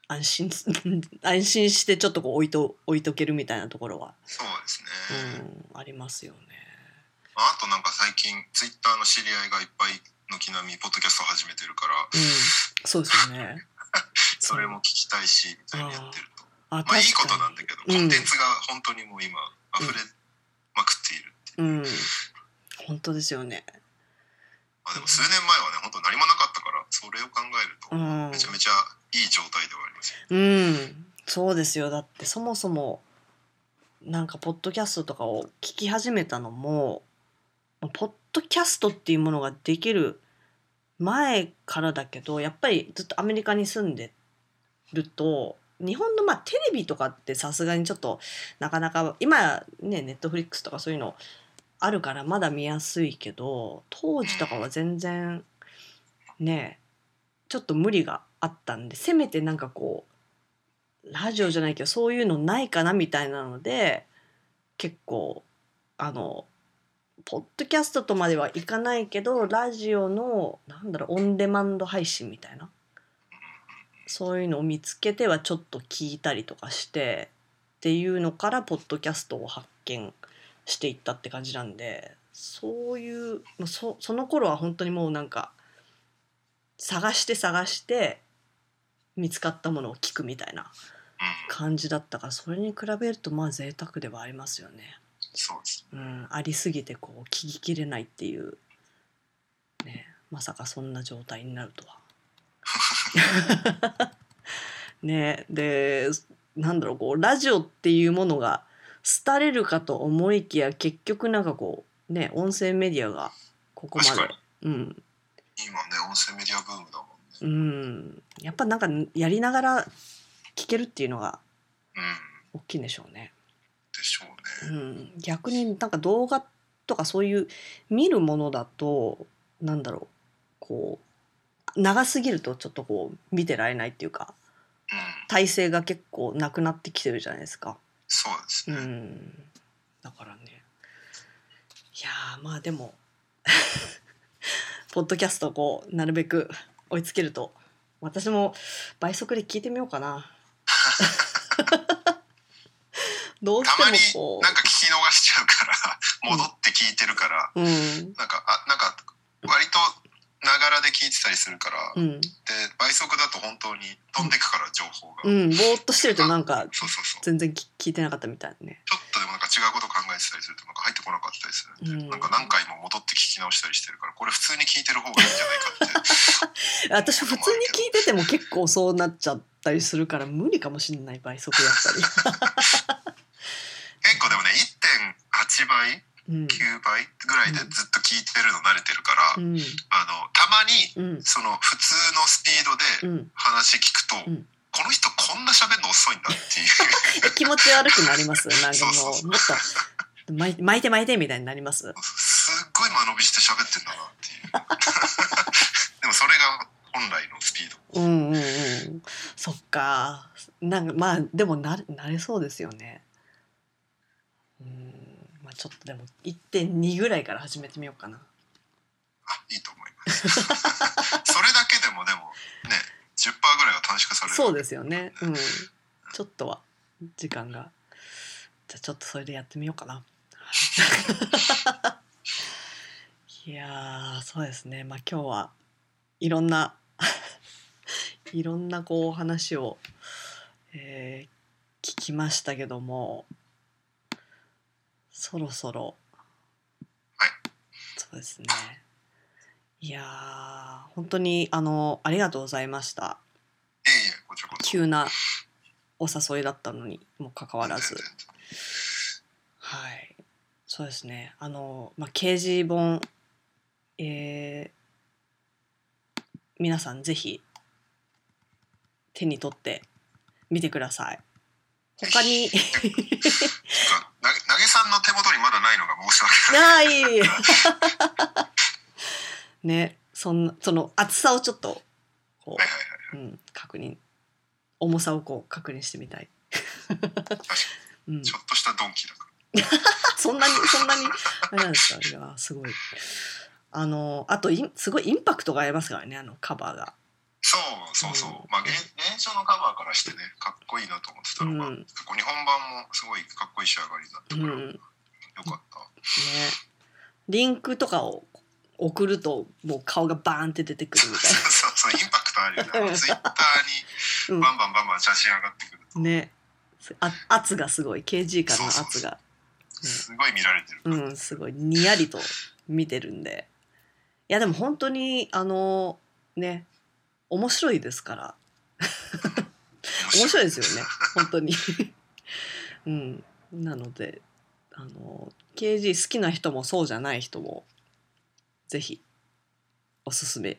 A: 安心 (laughs) 安心してちょっとこう置いと置いとけるみたいなところは、
B: そうですね、
A: うん、ありますよね。
B: まああとなんか最近ツイッターの知り合いがいっぱい軒並みポッドキャスト始めてるから
A: うん、そうですよね。
B: (laughs) それも聞きたいしみたいにやってると
A: あ
B: まあいいことなんだけどコンテンツが本当にもう今
A: うん
B: 溢れまくっているっていう、
A: うん、本当ですよね。
B: まあ、でも数年前はね本当何もなかったからそれを考えると
A: うん、
B: めちゃめちゃいい状態ではありますよ
A: うん、そうですよ。だってそもそも、なんかポッドキャストとかを聞き始めたのも、ポッドキャストっていうものができる前からだけど、やっぱりずっとアメリカに住んでると、日本のまあテレビとかってさすがにちょっとなかなか今ねネットフリックスとかそういうのあるからまだ見やすいけど当時とかは全然ねちょっと無理があったんでせめてなんかこうラジオじゃないけどそういうのないかなみたいなので結構あのポッドキャストとまではいかないけどラジオのなんだろうオンデマンド配信みたいなそういうのを見つけてはちょっと聞いたりとかしてっていうのからポッドキャストを発見していったって感じなんでそういうまあそその頃は本当にもうなんか探して探して見つかったものを聞くみたいな
B: うん
A: 感じだったからそれに比べるとまあ贅沢ではありますよね。
B: そうです
A: うん、ありすぎてこう聞ききれないっていう、ね、まさかそんな状態にな
B: (laughs)
A: るとは。ねでなんだろうこうラジオっていうものが廃れるかと思いきや結局なんかこうね音声メディアがここま
B: 確
A: で
B: か、
A: うん
B: 今ね音声メディアブームだもんね
A: うん、やっぱなんかやりながら聞けるっていうのが
B: うん
A: 大きいんでしょうね。
B: でしょう
A: う
B: ね
A: ん、逆になんか動画とかそういう見るものだとなんだろうこう長すぎるとちょっとこう見てられないっていうか
B: うん
A: 体勢が結構なくなってきてるじゃないですか。
B: そうです
A: う
B: ね、
A: ん、だからねいやーまあでも (laughs) ポッドキャストをこうなるべく追いつけると私も倍速で聞いてみようか (laughs) な。どう
B: たまに
A: してもこう
B: なんか聞き逃しちゃうから戻って聞いてるから、
A: うん
B: なんかあなんか割とながらで聞いてたりするから、
A: うん、
B: で倍速だと本当に飛んでくから情報が、
A: うん、ぼーっとしてるとなんか
B: そうそうそうちょ
A: 全然き聞いてなかったみたいね。
B: っとでもなんか違うこと考えてたりするとなんか入ってこなかったりするんで、
A: うん
B: なんか何回も戻って聞き直したりしてるからこれ普通に聞いてる方がいいんじゃ
A: (laughs)
B: ないかって
A: 私普通に聞いてても結構そうなっちゃったりするから無理かもしれない倍速やっ
B: 結構でもね1.8倍
A: た
B: (laughs)
A: り。うん。
B: 9倍ぐらいでずっと聞いてるの慣れてるから、
A: うん。
B: あのたまに
A: うん。
B: その普通のスピード
A: う
B: で
A: ん。
B: 話聞くと、
A: うん
B: この人こんな喋るの遅いんだってい
A: (laughs)
B: う
A: え気持ち悪くなりますなんか
B: そう
A: も
B: そうそう
A: うもっと巻い巻いて巻いてみたいになります
B: すっごい間延びして喋ってんだなっていう
A: (laughs)
B: でもそれが本来のスピード
A: うんうんうんそっかなんかまあでもなれなれそうですよねうんまあちょっとでも1.2ぐらいから始めてみようかな
B: あいいと思いますそ
A: (laughs)
B: れだけでもでもね10%ぐらいは短縮される
A: そうですよねうんちょっとは時間がじゃあちょっとそれでやってみようかな (laughs) いやーそうですねまあ今日はいろんな (laughs) いろんなこうお話を、えー聞きましたけどもそろそろ
B: はい
A: そうですねいやー本当にあのありがとうございました
B: いえいえこちらこそ
A: 急なお誘いだったのにもかかわらず
B: 全然全然
A: はいそうですねあの、まあ、掲示本えー皆さんぜひ手に取って見てください他に
B: てかなげなげさんの手元にまだないのが申し訳ない
A: ない (laughs) ねそんなその厚さをちょっとこ
B: はいはいは
A: う、うん、確認重さをこう確認してみたい、
B: い確か
A: (laughs) うん
B: にちょっとしたドンキだから
A: そん
B: (laughs)
A: なに、そんなに、あれなんですか、いや、すごい。あの、あとイン、すごいインパクトがありますからね、あのカバーが。
B: そうそうそう、
A: うん
B: まあ原原書のカバーからしてねかっこいいなと思ってたのが、
A: うん
B: 結構日本版もすごいかっこいい仕上がりだった
A: う
B: か
A: ん、
B: ら、よ
A: ね。
B: かった
A: リンクとかを送ると、もう顔がバーンって出てくるみたい
B: (laughs) そうそうインパクトあるよねあ
A: (laughs)
B: のツイッター
A: うん
B: にバンバンバンバン写真上がってく (laughs) ると、
A: な。ね。あ、圧がすごい、KG 感
B: そ
A: の
B: うそう
A: 圧が。
B: すごい見られてるから、
A: うん、すごいにやりと見てるんでいやでも本当にあのね面白いですから面白いですよね本当に (laughs) うんなのであの KG 好きな人もそうじゃない人もぜひおすすめ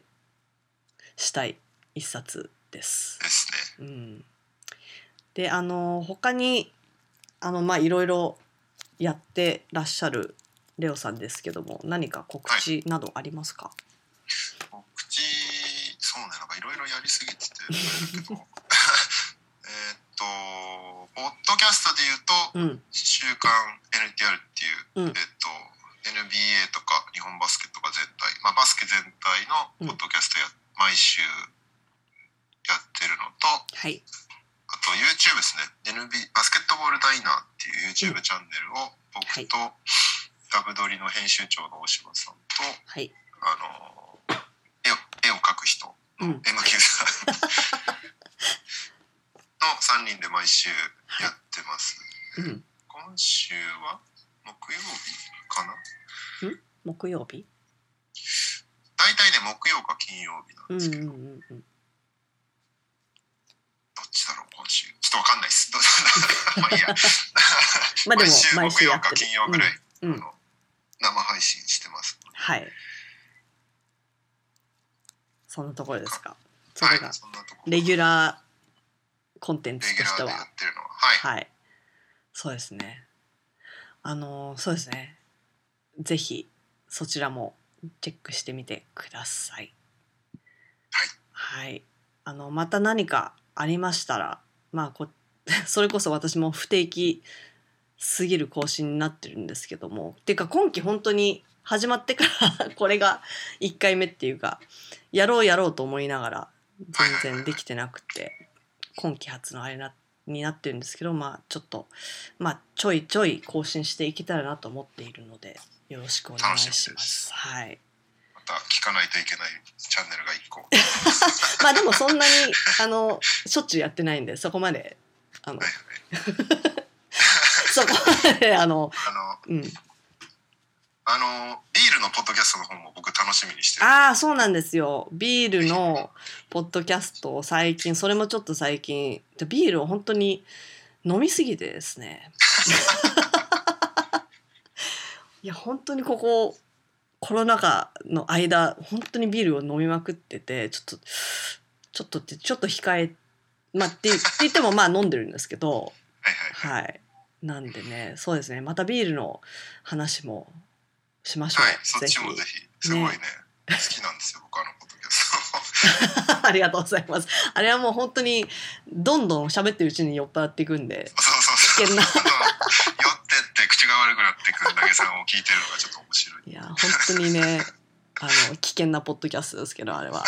A: したい一冊です。
B: ですね
A: うん、であの他にあのまあいろいろやってらっしゃるレオさんですけども何か告知などありますか、
B: もう口そうねなんかいろいろやりすぎててあれだけど (laughs) えーっとポッドキャストで言うと
A: うん
B: 「週刊 NTR」っていう
A: うん
B: えっと、NBA とか日本バスケとか全体、まあ、バスケ全体のポッドキャストや、毎週やってるのと
A: はい
B: あと YouTube ですね NB バスケットボールダイナーっていう YouTube チャンネルを僕とダブドリの編集長の大島さんと
A: はい
B: あの絵を絵を描く人
A: う
B: の
A: ん
B: MQ さんの3人で毎週やってます。
A: うん
B: 今週は木曜日かな
A: 木曜日
B: 大体ね木曜か金曜日な
A: う
B: んで
A: んうん
B: すけ
A: う
B: ど、
A: んうん
B: どっちだろう今週ちょっとわかんないですどう (laughs) まあいいや
A: (laughs) まあでも毎
B: 毎
A: 週
B: 週木
A: や
B: 曜
A: って
B: か
A: る
B: 金曜ぐらい、
A: うんうん
B: あの生配信してます
A: はいそんなところですかそ
B: は
A: れ
B: い
A: が
B: そんなとこ
A: レギュラーコンテン
B: レ
A: ツ
B: ギ
A: と
B: ュラ
A: して
B: ーで
A: は
B: やってるのははい、
A: はい。そうですね。あのー、そうですね。ぜひ、そちらもチェックしてみてください。
B: はい。
A: はい。あの、また何かありましたら、まあ、こ、 (laughs) それこそ私も不定期すぎる更新になってるんですけども。ていうか、今期本当に始まってから (laughs) これが1回目っていうか、やろうやろうと思いながら、全然できてなくて、今期初のあれなになってるんですけどまあちょっとまあちょいちょい更新していけたらなと思っているのでよろしくお願いし
B: 楽しみ
A: ま。
B: ですす
A: はい。
B: また聞かないといけないチャンネルが1個
A: まあでもそんなにあのしょっちゅうやってないんでそこまであの
B: はい
A: そこまで、あの、
B: あの、
A: うん。
B: あの、ビールのポッドキャストの方も僕楽しみにしてる。
A: ああ、そうなんですよ。ビールのポッドキャストを最近、それもちょっと最近、でビールを本当に飲みすぎてで
B: (laughs)
A: すね。いや、本当にここ、コロナ禍の間、本当にビールを飲みまくってて、ちょっと、ちょっとって、ちょっと控え、まあ、ってって言っても、まあ飲んでるんですけど、
B: はいはい。
A: はい。なんでね、そうですね。またビールの話もしましょう。
B: はい、そっちもぜひ。すごいね。
A: ね
B: 好きなんですよ、僕あのポッドキャスト。
A: (laughs) ありがとうございます。あれはもう本当にどんどん喋ってるうちに酔っ払っていくんで。
B: そうそうそう。
A: 危険な
B: あと酔ってって口が悪くなってくる投げさんを聞いてるのがちょっと面
A: (laughs)
B: 白い。
A: いや、本当
B: (laughs)
A: にね、あの、危険なポッドキャストですけど、あれは。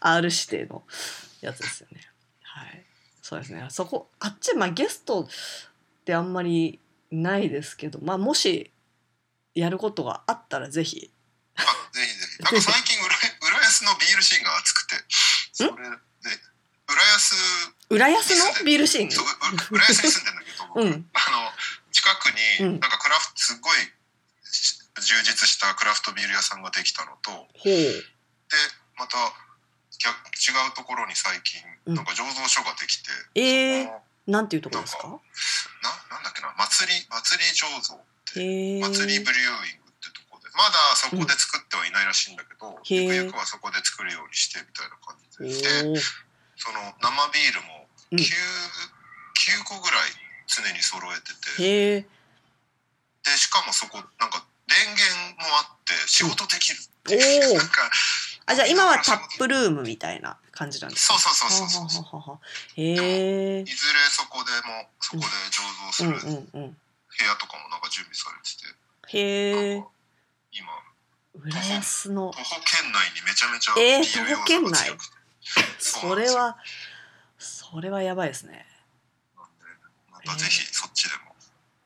A: R 指定のやつですよね。はい。そうですね。そこ、あっち、まあゲストってあんまりないですけど、まあもしやることがあったらぜひ。
B: あ、ぜひぜひ。なんか最近浦浦安のビールシーンが熱くて、それで浦安
A: 浦安のビールシー
B: (laughs)
A: ン
B: そうう浦安に住んでんだけど、
A: う
B: 僕
A: ん
B: あの近く
A: う
B: に
A: ん
B: なんかクラフトすごいし充実したクラフトビール屋さんができたのと
A: ほう。
B: でまた逆違うところに最近
A: うん
B: なんか醸造所ができて、
A: えー、
B: あの
A: なんていうとこですか
B: ななんだっけな祭り祭り醸造
A: え
B: 祭り
A: ー
B: ブリューイングってとこでまだそこで作ってはいないらしいんだけど、
A: へー
B: ゆくゆくはそこで作るようにしてみたいな感じ
A: お
B: でで
A: ー
B: その生ビールも
A: う
B: 9,、
A: ん
B: 9個ぐらい常に揃えてて。
A: へえ。
B: でしかもそこなんか電源もあって仕事できるって
A: お
B: いう、
A: お
B: なんか
A: あじゃあ今はタップルームみたいな感じなんです
B: そ
A: か。
B: うそうそうそうそう
A: はははははへえ
B: い。ずれそこでもそこで醸造す
A: うん
B: る
A: う
B: 部
A: んうん。
B: 屋とかもなんか準備されてて、
A: へえ
B: なん。か今
A: 浦安の
B: 徒歩圏内にめちゃめちゃ
A: えー
B: ビール要素が強くて、
A: それはそれはやばいですね。
B: なんでまたぜひそっちでも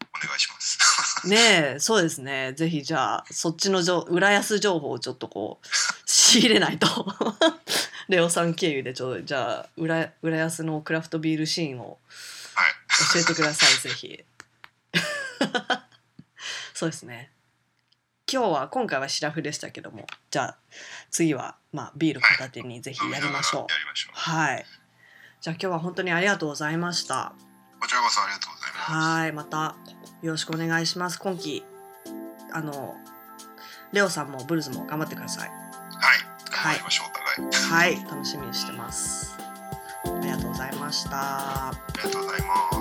B: お願いします、 (laughs)
A: ねえそうですね。ぜひじゃあそっちのじょ浦安情報をちょっとこう仕入れないと (laughs) レオさん経由でちょっとじゃあ浦浦安のクラフトビールシーンを
B: はい
A: 教えてくださいぜひ (laughs) そうですね今日は今回はシラフでしたけどもじゃあ次は、まあ、ビール片手にぜひやりましょう
B: やりましょう
A: はいじゃあ今日は本当にありがとうございました
B: こちらこそありがとうございます
A: はいまたよろしくお願いします今期あのレオさんもブルズも頑張ってください
B: はい頑張りましょうお互い、
A: はい楽しみにしてますありがとうございました
B: ありがとうございます